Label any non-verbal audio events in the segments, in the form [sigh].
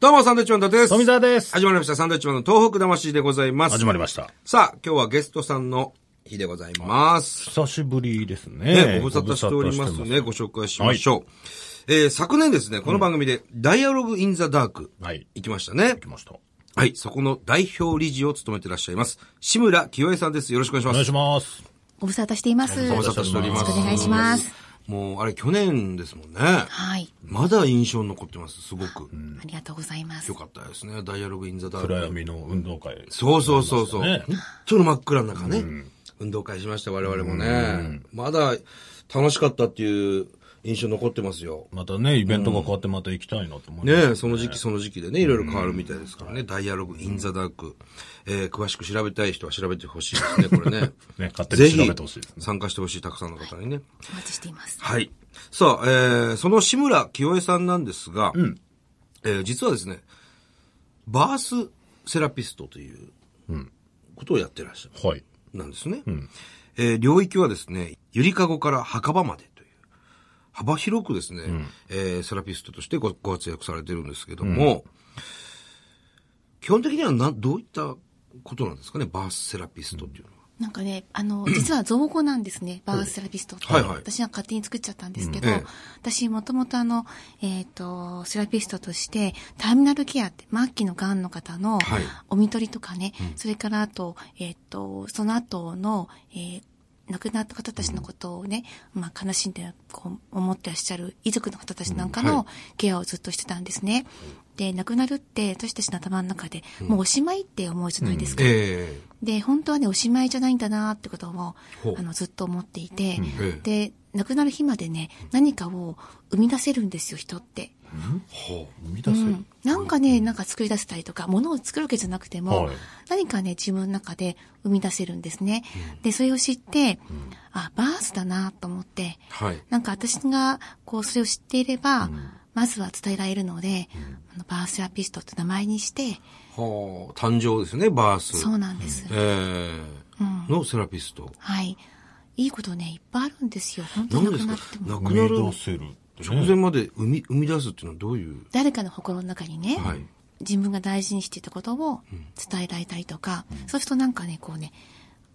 どうも、サンドイッチマン伊達です。富澤です。始まりました、サンドイッチマンの東北魂でございます。始まりました。さあ、今日はゲストさんの日でございます。久しぶりですね。ね、ご無沙汰しておりますご無ね。沙汰ご紹介しましょう。えー昨年ですね、この番組で、ダイアログ・イン・ザ・ダーク、はい。行きましたね来。ました。はい、そこの代表理事を務めてらっしゃいます、志村清江さんです。よろしくお願いしおま願いす。します。ご無沙汰しています。ご無よろ沙しく汰しております。お願いします。もう、あれ、去年ですもんね。はい。まだ印象に残ってます、すごく。ありがとうございますよ。かったですね、ダイアログ・イン・ザ・ダーク。暗闇の運動会。そうそうそうそう。ね本当に真っ暗の中ね、運動会しました、我々もね。まだ楽しかったっていう印象残ってますよ。またね、イベントが変わってまた行きたいなと思います。ねえ、その時期その時期でね、いろいろ変わるみたいですからね。ダイアログ・イン・ザ・ダーク。えー詳しく調べたい人は調べてほしいですね、これね。 [laughs] ね勝手ぜにひ調べてほしいですね。参加してほしい、たくさんの方にね。お待ちしています。はい。さあ、えーその志村清江さんなんですが、えー実はですね、バースセラピストということをやってらっしゃる。はい。なんですね。えー領域はですね、ゆりかごから墓場までという、幅広くですね、えーセラピストとしてごご活躍されてるんですけども、基本的にはなどういったことなんですかね、バースセラピストっていうのは。なんかね、あの、実は造語なんですね。バースセラピストって。はいはい私は勝手に作っちゃったんですけうどんええ、私もともとあの、えっと、セラピストとして、ターミナルケアって、末期の癌の方のはいお見取りとかね、それからあと、えっと、その後の、えー亡くなった方たちのことをね、まあ悲しんでこう思ってらっしゃる遺族の方たちなんかうんはいのケアをずっとしてたんですね。で、亡くなるって私たちの頭の中で、もうおしまいって思うじゃないですか。えで、本当はね、おしまいじゃないんだなってことをほう、あの、ずっと思っていて、ええで、亡くなる日までね、何かを生み出せるんですよ、人って。ーほ生み出せうる。ん。なんかね、なんか作り出せたりとか、物を作るわけじゃなくても、はい何かね、自分の中で生み出せるんですね。で、それを知って、あ、バースだなと思って、う。はい。なんか私が、こう、それを知っていれば、まずは伝えられるので、あのバースセラピストって名前にして、はあ、誕生ですね、バース。そうなんです。えーのセラピスト。はい。いいことね、いっぱいあるんですよ。本当に何でなくすなかって亡も。生くなみる出せるってね。直前まで生み生み出すっていうのはどういう、誰かの心の中にね、はい自分が大事にしていたことを伝えられたりとか、そうするとなんかね、こうね、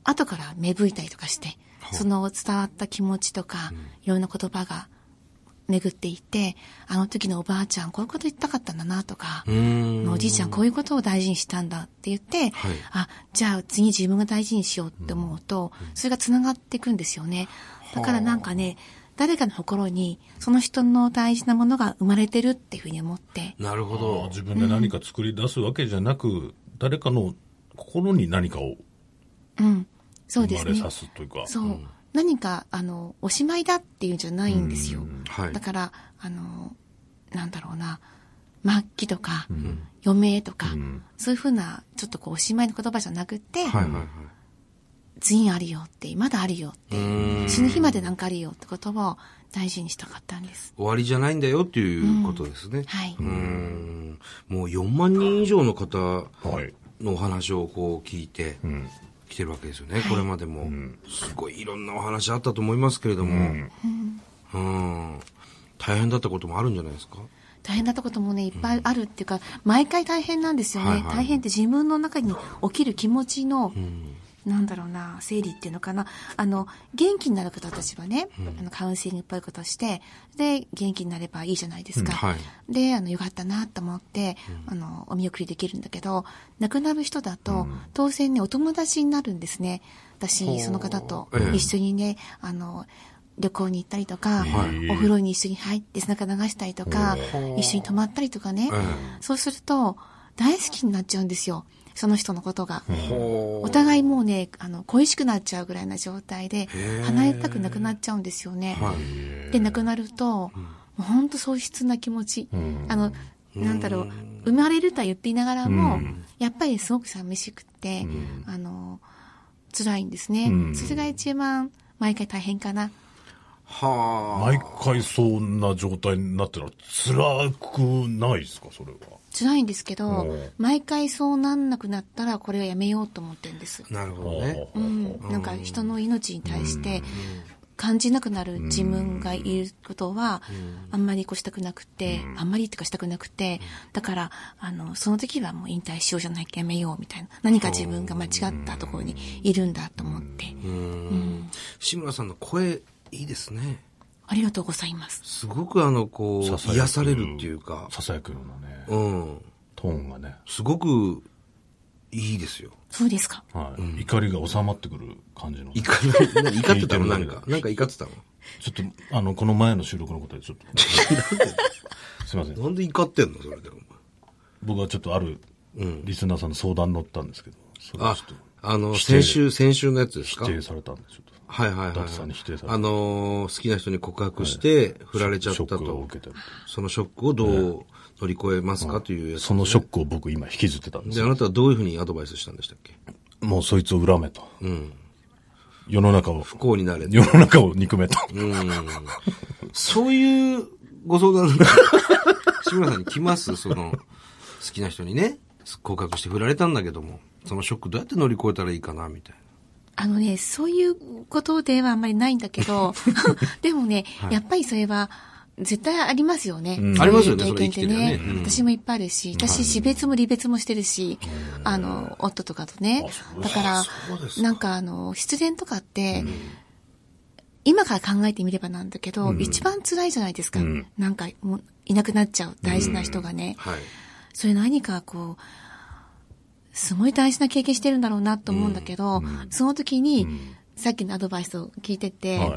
後から芽吹いたりとかして、その伝わった気持ちとか、いろんな言葉が巡っていって、あの時のおばあちゃん、こういうこと言ったかったんだなとか、ーんおじいちゃん、こういうことを大事にしたんだって言っはて、いあ、じゃあ次自分が大事にしようって思うと、それが繋がっていくんですよね。だからなんかね、誰かの心に、その人の大事なものが生まれてるっていうふうに思って、なるほあどー。自分で何か作り出すわけじゃなく、誰かの心に何かをうん。そう生でますれねさ。すというか。そう。何か、あの、おしまいだっていうんじゃないんですよ。はいだ。から、あの、なんだろうな、末期とか、余命とか、そういうふうな、ちょっとこう、おしまいの言葉じゃなくて、はいはいはい。次あるよって、まだあるよってう、ーん死ぬ日までなんかあるよってことを大事にしたかったんです。終わりじゃないんだよっていうことですね。はい。うーんもう4万人以上の方はい。のお話をこう聞いてうん。きてるわけですよね、これまでも。すごいいろんなお話あったと思いますけれども。うん大変だったこともあるんじゃないですか大変だったこともね、いっぱいあるっていうか、毎回大変なんですよね。はいはい大変って自分の中に起きる気持ちの、なんだろうな、整理っていうのかな。あの、元気になる方たちはね、あのカウンセリングっぽいことをして、で、元気になればいいじゃないですか。はい。で、あの、よかったなと思って、あの、お見送りできるんだけど、亡くなる人だと、当然ね、お友達になるんですね。ほう私、その方とええ一緒にね、あの、旅行に行ったりとか、はいお風呂に一緒に入って背中流したりとか、一緒に泊まったりとかね、えそうすると、大好きになっちゃうんですよ。その人のことが。ほおー互いもうね、あの、恋しくなっちゃうぐらいな状態でへー、離れたくなくなっちゃうんですよね。はい。で亡くなると、もう本当喪失な気持ち、んあのなんだろう生まれるとは言っていながらも、やっぱりすごく寂しくて、あの辛いんですね、うんそれが一番毎回大変かなは毎回そんな状態になってたら辛くないですか、それは。辛いんですけど、うん毎回そうなんなくなったらこれはやめようと思ってるんですあ。なるほどね。うん、なんか人の命に対して、感じなくなる自分がいることは、あんまりこうしたくなくて、あんまりっていうかしたくなくて、だから、あの、その時はもう引退しようじゃないやめようみたいな。何か自分が間違ったところにいるんだと思って。志村さんの声、いいですね。ありがとうございます。すごくあの、こ支えてう、くれる癒されるっていうか、ささやくようなね、うん。トーンがね、すごく、いいですよ。そうですか。はい怒りが収まってくる感じのね、怒り、な怒ってたの聞いなんてるだけでか。なんか怒ってたのちょっと、あの、この前の収録のことでちょ [laughs] っと、 [laughs] すいません。なんで怒ってんのそれで、お前。僕はちょっとある、リスナーさんの相談に乗ったんですけど、それをあちょっと、あの、否定先週、先週のやつですか否定されたんですよ。はいはいはいダはい。ッツさんに否定されたあのー好きな人に告白して、振られちゃっショたックをと受。けてるそのショックをどう乗り越えますかというやつ。そのショックを僕今引きずってたんですで、よあなたはどういうふうにアドバイスしたんでしたっけもうそいつを恨めと。世の中を、不幸になれ。世の中を憎めと。そういうご相談、 [laughs] 志村さんに来ますその、好きな人にね、告白して振られたんだけども、そのショックどうやって乗り越えたらいいかな、みたいあのね、そういうことではあんまりないんだけ [laughs] ど、でもね、やっぱりそれは、絶対ありますよね。ありますよねそういう経験っそてれ生きてねるよねうん私もいっぱいあるし、私、死別も離別もしてるし、あの、夫とかとねあそう。だですか、そうですからなんかあの、失恋とかって、今から考えてみればなんだけど、一番辛いじゃないですか。んなんか、もう、いなくなっちゃう。大事な人がね。な。はい。それ何かこう、すごい大事な経験してるんだろうなと思うんだけど、その時に、さっきのアドバイスを聞いてて、はい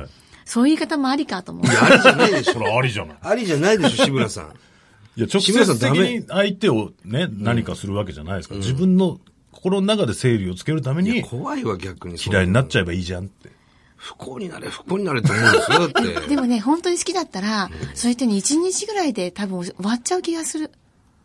そういう言い方もありかと思う。ありじゃないでしそょ。れありじゃない。ありじゃないでしょ、志村さん。いや、直志村さん接的に相手をね、何かするわけじゃないですから、自分の心の中で整理をつけるためいや、に、怖いわ、逆に。嫌いになっちゃう。ゃえばいいじゃんって。不幸になれ、不幸になれって思うんですよ、だって。 [laughs] でもね、本当に好きだったら、そういう人に一日ぐらいで多分終わっちゃう気がする。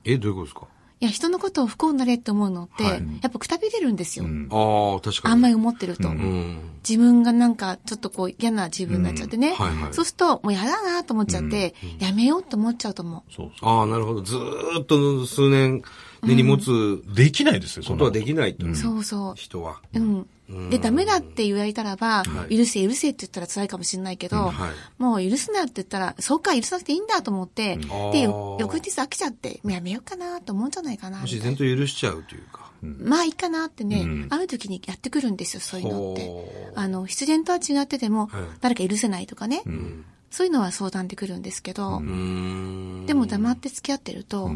え、どういうことですかいや、人のことを不幸になれって思うのって、はいやっぱくたびれるんですよ。ああ、確かに。あんまり思ってると。うん。自分がなんか、ちょっとこう嫌な自分になっちゃってね。んはいはいそうすると、もう嫌だなと思っちゃって、やめようと思っちゃうと思う。そうそああ、なるほど。ずーっと数年根に持つう。できないですよ、そこんとなはことできないと。そうそう。人は。うん。で、ダメだって言われたらば、い許せ許せって言ったら辛いかもしれないけど、うんはいもう許すなって言ったら、そうか、許さなくていいんだと思って、で、よあー翌日飽きちゃって、もうやめようかなと思うんじゃないかな。自然と許しちゃうというか。まあいいかなってね、ある時にやってくるんですよ、そういうのってほ。うあの、必然とは違ってても、はい誰か許せないとかね、そういうのは相談でくるんですけど、うーん。でも黙って付き合ってると、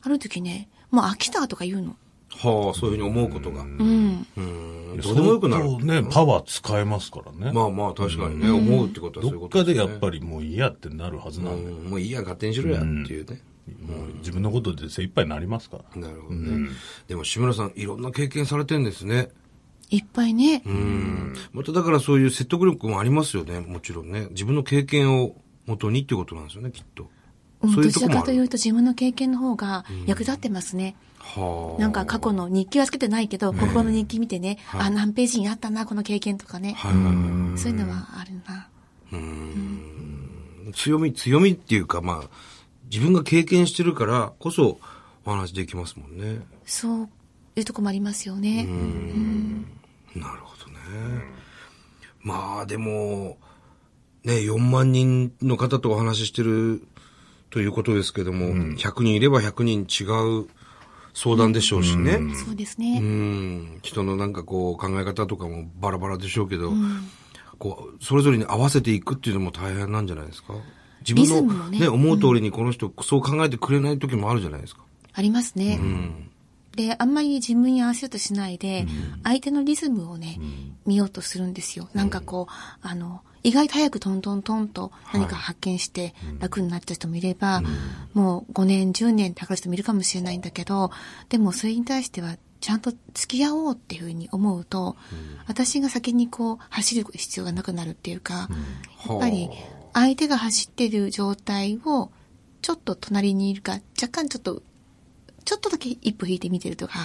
ある時ね、もう飽きたとか言うの。はあ、そういうふうに思うことが。ううん。ん。いやどうでもよくなる。相当ね、パワー使えますからね。まあまあ、確かにね、思うってことはそういうどっことかでよやねっぱりもう嫌ってなるはずなんで、うんもういいや、勝手にしろや、っていうね。もう自分のことで精一杯になりますから。なるほどね。でも、志村さん、いろんな経験されてんですね。いっぱいね、うん。まただからそういう説得力もありますよね、もちろんね。自分の経験を元にってことなんですよね、きっと。うんそういどうとちこらもかあといる。うと自分の経験の方が役立ってますね。はあ。なんか過去の日記はつけてないけど、ここの日記見てね、はいあ、何ページにあったな、この経験とかね。はいはいはい。そういうのはあるな。強み、強みっていうか、まあ、自分が経験してるからこそお話できますもんね。そういうとこもありますよね。なるほどね。まあ、でも、ね、4万人の方とお話ししてるということですけども、100人いれば100人違う相談でしょうしね。そうですね。うん人のなんかこう考え方とかもバラバラでしょうけど、こう、それぞれに合わせていくっていうのも大変なんじゃないですか自リズ分ムのもねね思う通りにこの人、そう考えてくれない時もあるじゃないですか。ありますね。で、あんまり自分に合わせようとしないで、相手のリズムをね、見ようとするんですよ。なんかこう、あの、意外と早くトントントンと何か発見して楽になった人もいれば、もう5年、10年ってかかる人もいるかもしれないんだけど、でもそれに対してはちゃんと付き合おうっていうふうに思うと、私が先にこう走る必要がなくなるっていうか、やっぱりは相手が走ってる状態をちょっと隣にいるか、若干ちょっとちょっとだけ一歩引いて見てるとか、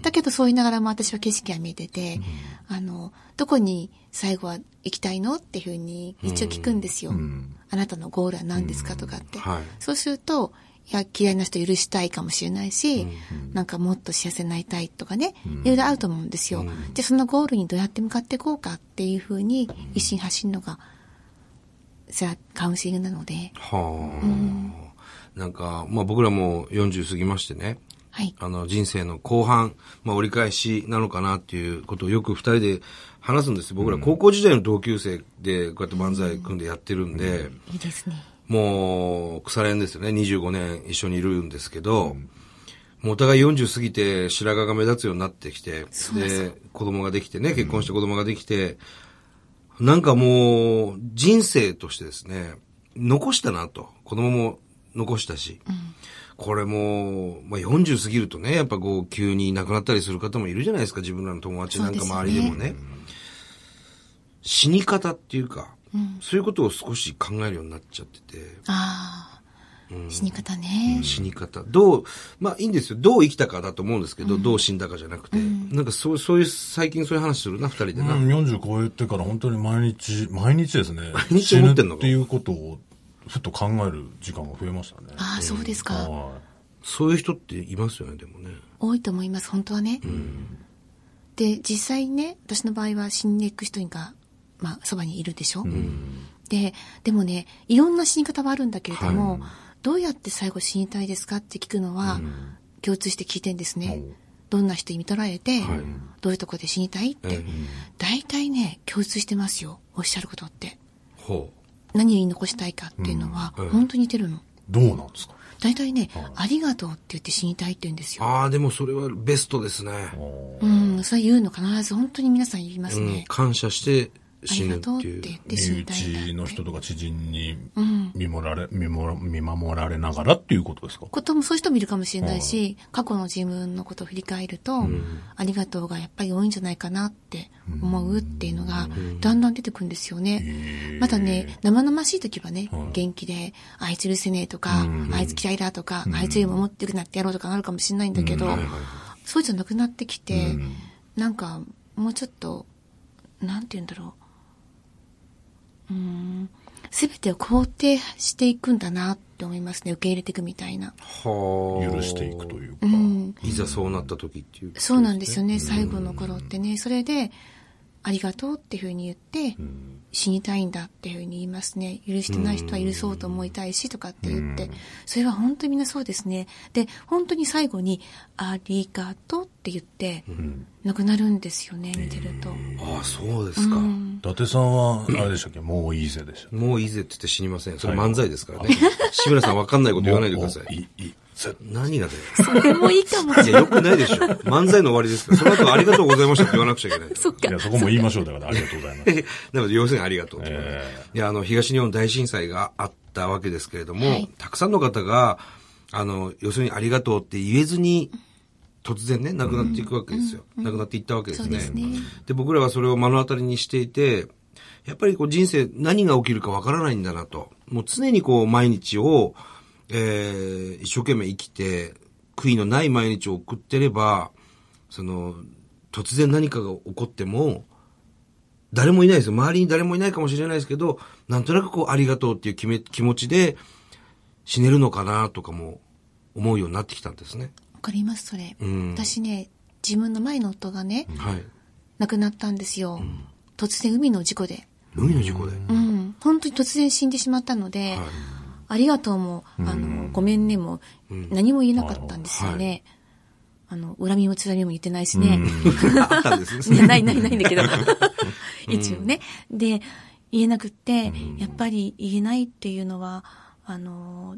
だけどそう言いながらも私は景色が見えてて、あの、どこに最後は行きたいのっていうふうに一応聞くんですよ。あなたのゴールは何ですかとかって。はいそうすると、いや、嫌いな人許したいかもしれないし、なんかもっと幸せになりたいとかね、いろいろあると思うんですよ。で、そのゴールにどうやって向かっていこうかっていうふうに一心走るのがセラカウンシリングなので、はあ、なんか、まあ僕らも40過ぎましてね、はい。あの人生の後半、まあ折り返しなのかなっていうことをよく二人で話すんですよ僕ら高校時代の同級生でこうやって漫才組んでやってるんで、いいですね。もう腐れ縁ですよね。25年一緒にいるんですけど、もうお互い40過ぎて白髪が目立つようになってきて、で、子供ができてね、結婚して子供ができて、なんかもう人生としてですね、残したなと。子供も残したし。これもう、まあ、40過ぎるとね、やっぱこう急に亡くなったりする方もいるじゃないですか、自分らの友達なんかそうです周よねりでもね。死に方っていうか、そういうことを少し考えるようになっちゃってて、ああ、死に方ね。死に方。どう、まあいいんですよ。どう生きたかだと思うんですけど、どう死んだかじゃなくて。なんかそう、そういう、最近そういう話するな、二人でうな。ん、40超えてから本当に毎日、毎日ですね。毎日思ってんの死ぬっていうことを、ふっと考える時間が増えましたね。ああ、そうですか。はそういう人っていますよね、でもね。多いと思います、本当はね。で、実際ね、私の場合は死んでいく人が、まあ、そばにいるでしょ、で、でもね、いろんな死に方はあるんだけれども、どうやって最後死にたいですかって聞くのは、共通して聞いてんですね。うんどんな人に見とられて、はいどういうとこで死にたいって、うん大体ね、共通してますよ、おっしゃることって。ほ何に残したいかっていうのは、うんはい本当に似てるの。いどうなんですか大体ね、ありがとうって言って死にたいって言うんですう。よ。ああ、でもそれはベストですね。うん、それ言うの必ず本当に皆さん言いますうんね。。感謝してあ死りぬっがてとうっていう。言って死身にたいんだって内の人とか知人に見守られ、見守ら見守られながらっていうことですかこともそういう人もいるかもしれないし、過去の自分のことを振り返ると、ありがとうがやっぱり多いんじゃないかなって思うっていうのが、だんだん出てくるんですよね。まだね、生々しい時はね、元気で、あいつ許せねえとか、あいつ嫌いだとか、あいつよりももっと良くなってやろうとかなるかもしれないんだけど、そうじゃなくなってきて、なんか、もうちょっと、なんて言うんだろう。うーん。すべてを肯定していくんだなって思いますね。受け入れていくみたいな。はあ。許していくというか。うん。いざそうなった時っていう。そうなんですよね。最後の頃ってね。それで、ありがとうっていうふうに言って、死にたいんだっていうふうに言いますね。許してない人は許そうと思いたいしとかって言って。それは本当にみんなそうですね。で、本当に最後に、ありがとうって言って、亡くなるんですよね。見てると。ああ、そうですか。伊達さんは、あれでしたっけもういいぜでした。もういいぜって言って死にません。それはい漫才です [laughs] からね。志村さんわかんないこと言わないでくださもうい。いい、いいぜ。何がだよ。それもいいかもしいや、れない。よくないでしょ。漫才の終わりですから、その後ありがとうございましたって言わなくちゃいけない。そっいかや、。そこも言いましょう。だから、ありがとうございます。なので、要するにありがとうってことで、えいや、あの、東日本大震災があったわけですけれども、はいたくさんの方が、あの、要するにありがとうって言えずに、突然ね、亡くなっていくわけですよ。亡くなっていったわけですね。そうですねで僕らはそれを目の当たりにしていて、やっぱりこう人生何が起きるかわからないんだなと。もう常にこう毎日を、えー一生懸命生きて、悔いのない毎日を送ってれば、その、突然何かが起こっても、誰もいないですよ。周りに誰もいないかもしれないですけど、なんとなくこう、ありがとうっていう気め気持ちで死ねるのかなとかも思うようになってきたんですね。わかります、それ。うん私ね、自分の前の夫がね、はい。亡くなったんですよ。突然海の事故で。海の事故で。うん。本当に突然死んでしまったので、はいありがとうも、あの、ごめんねも、何も言えなかったんですよね。あの、恨みもつらみも言ってないしね。あったんですいね。や [laughs] ないないないんだけど。一応ね。で、言えなくって、やっぱり言えないっていうのは、あの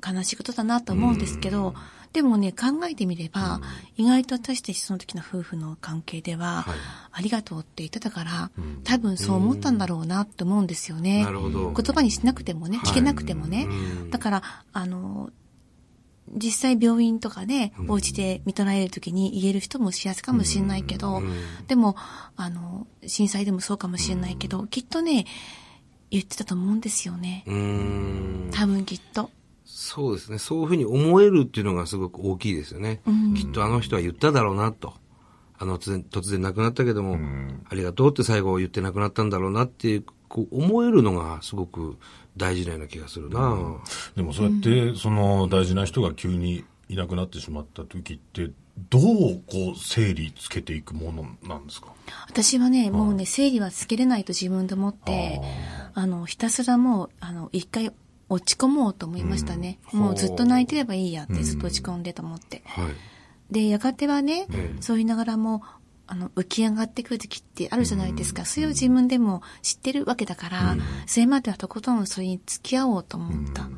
ー悲しいことだなと思うんですけど、でもね、考えてみれば、意外と私たちその時の夫婦の関係では、はいありがとうって言ってたから、多分そう思ったんだろうなと思うんですよね。なるほど。言葉にしなくてもね、い聞けなくてもね。うんだから、あの、実際病院とかで、お家で見とられるときに言える人も幸せかもしれないけど、でも、あの、震災でもそうかもしれないけど、きっとね、言ってたと思うんですよね。うーん多分きっと。そうですね。そういうふうに思えるっていうのがすごく大きいですよね。きっとあの人は言っただろうなと。あの、突然、突然亡くなったけども、ありがとうって最後言って亡くなったんだろうなっていう、こう思えるのがすごく大事なような気がするな、でもそうやって、その大事な人が急にいなくなってしまった時って、どうこう整理つけていくものなんですか私はね、もうね、整理はつけれないと自分で思って、ああの、ひたすらもう、あの、一回落ち込もうと思いましたね。うんもうずっと泣いてればいいやって、ずっと落ち込んでと思って。はい。で、やがてはね、うんそう言いながらも、あの、浮き上がってくる時ってあるじゃないですか。それを自分でも知ってるわけだから、それまではとことんそれに付き合おうと思った。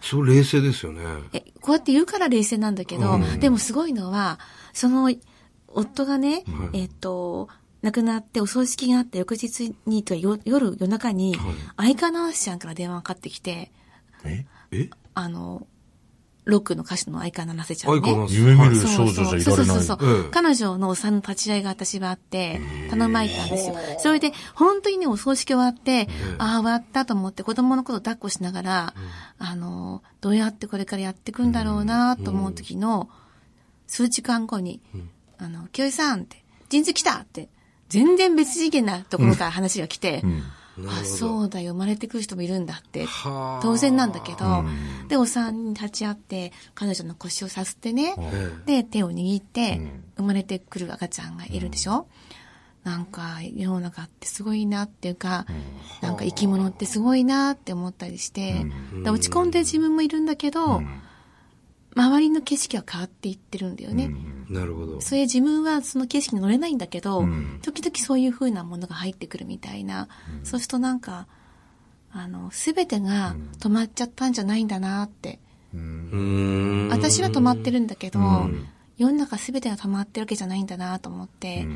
そう冷静ですよね。え、こうやって言うから冷静なんだけど、うんでもすごいのは、その、夫がね、いえっ、と、亡くなってお葬式があった翌日に、というかよ夜、夜中に、相川直しちゃんから電話がかかってきて、ええあの、ロックの歌手の相川七瀬ちゃんね。相川直夢見るそうそ少う女じゃいられない。そうそうそうそう、ええ彼女のお産の立ち会いが私はあって、頼まれたんですよ。それで、本当にね、お葬式終わって、ああ、終わったと思って、子供のことを抱っこしながら、あの、どうやってこれからやっていくんだろうなと思う時の、数時間後に、あの、清井さんって、人事来たって、全然別次元なところから話が来て、うんなるほあ、どそうだよ、生まれてくる人もいるんだってはあ、当然なんだけど、うんで、お産に立ち会って、彼女の腰をさすってね、えで、手を握ってうん、生まれてくる赤ちゃんがいるでしょ、なんか、世の中ってすごいなっていうか、なんか生き物ってすごいなって思ったりして、うんで落ち込んでる自分もいるんだけど、周りの景色は変わっていってるんだよね。えなるほど。それ自分はその景色に乗れないんだけど、うん時々そういう風なものが入ってくるみたいな、そうするとなんか、あの、すべてが止まっちゃったんじゃないんだなって。うーん私は止まってるんだけど、世の中全てが止まってるわけじゃないんだなと思って、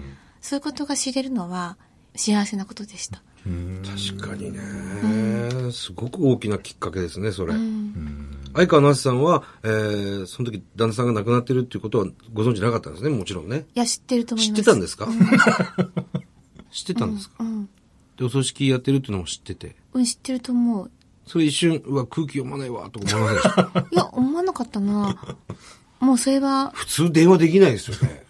そういうことが知れるのは幸せなことでした。確かにね、すごく大きなきっかけですね、それ。うん相川奈瀬さんは、えー、その時旦那さんが亡くなってるっていうことはご存知なかったんですね、もちろんね。いや、知ってると思い知っます。てたんですすか [laughs] 知ってたんですか、うん。で、お葬式やってるっていうのも知ってて。うん、知ってると思 [laughs] う。それ一瞬、うわ、空気読まないわ、とか思わないでしょ [laughs] いや、思わなかったな。もうそれは、普通電話できないですよね。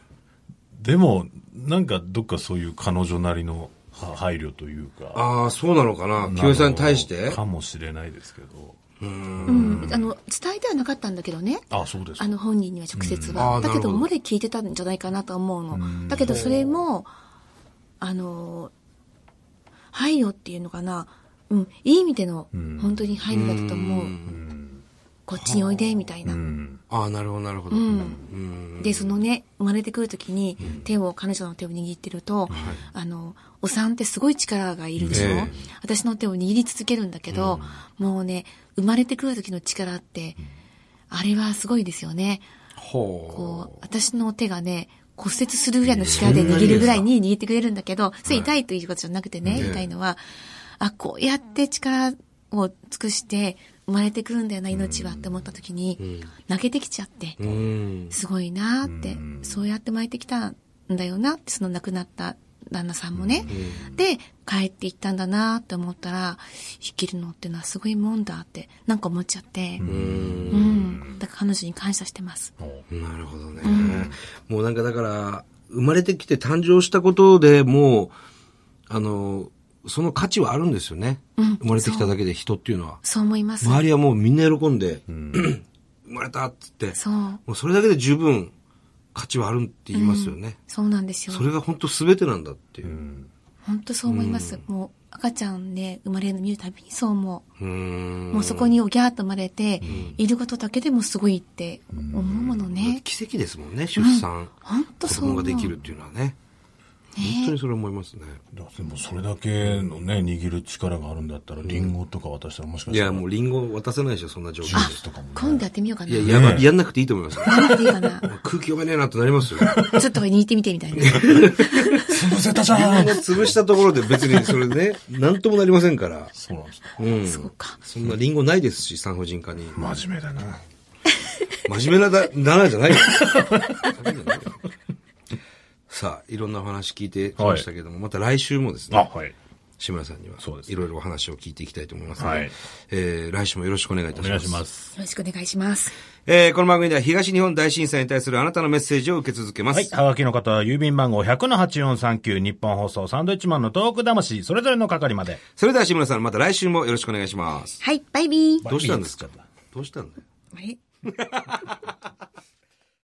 でも、なんかどっかそういう彼女なりのは配慮というか。ああ、そうなのかな。清江さんに対しなての。かもしれないですけど。うん、あの、伝えてはなかったんだけどね。あ、そうですあか。の本人には直接うんあは。ーだなけるど、ほど漏れ聞いてたんじゃないかなとは思ううの。んだけど、それも、あの、配慮っていうのかな。うん、いい意味でのうん、本当に配慮だったと思う。うんこっちにおいで、みたいうな。んああ、なるほど、なるほど。うんうんで、そのね、生まれてくるときに、手を、彼女の手を握ってると、あの、お産ってすごい力がいるでしょ、ええ私の手を握り続けるんだけど、もうね、生まれてくるときの力って、あれはすごいですよね。こうほ、私の手がね、骨折するぐらいの力で握るぐらいに握ってくれるんだけど、それ痛いということじゃなくてね、ええ痛いのは、あ、こうやって力を尽くして生まれてくるんだよな、命はって思った時に、泣けてきちゃってう。、うん。すごいなーって、そうやって巻いてきたんだよなって、その亡くなった旦那さんもね。で、帰っていったんだなーって思ったら、生きるのってのはすごいもんだって、なんか思っちゃって、ううんん。だから彼女に感謝してます。なるほどね。もうなんかだから、生まれてきて誕生したことでもう、あの、その価値はあるんですよね。うん生まれてきただけで人っていうのは。そう思います。周りはもうみんな喜んで、生まれたっつって、そう。もうそれだけで十分価値はあるって言いますよね。そうなんですよそ。れが本当全てなんだっていうう。ん本当そう思います。もう赤ちゃんね、生まれるの見るたびにそう思う。うーんもうそこにおぎゃーっと生まれて、いることだけでもすごいって思うものね。奇跡ですもんね、出産。本当子そう供思がう。できるっていうのはね。本当にそれ思いますね。だってもうそれだけのね、握る力があるんだったら、リンゴとか渡したらもしかいしたら、や、もうリンゴ渡せないでしょ、そんな状況ジュースとかもね。今度やってみようかな。で。いや、やばねえやんなくていいと思います。やらなくていいかな。空気読めねえなってなりますよ。ちょっと握ってみてみたいな。潰せたじゃん潰したところで別にそれね、なんともなりませんから。そうなんですか。うん。そうか。そんなリンゴないですし、産婦人科に。真面目だな。真面目なだ、ならじゃないよ。 [laughs] さあ、いろんなお話聞いてきましたけども、また来週もですね、はい。志村さんには、そうですねいろいろお話を聞いていきたいと思いますので、はいえー、来週もよろしくお願いいたおします。願いします。よろしくお願いします。えー、この番組では東日本大震災に対するあなたのメッセージを受け続けます。はい。はがきの方は郵便番号100-8439日本放送サンドイッチマンのトーク魂、それぞれの係まで。それでは志村さん、また来週もよろしくお願いします。はい、バイビー。どうしたんですかバイビー作っちゃったどうしたんだよ。あれ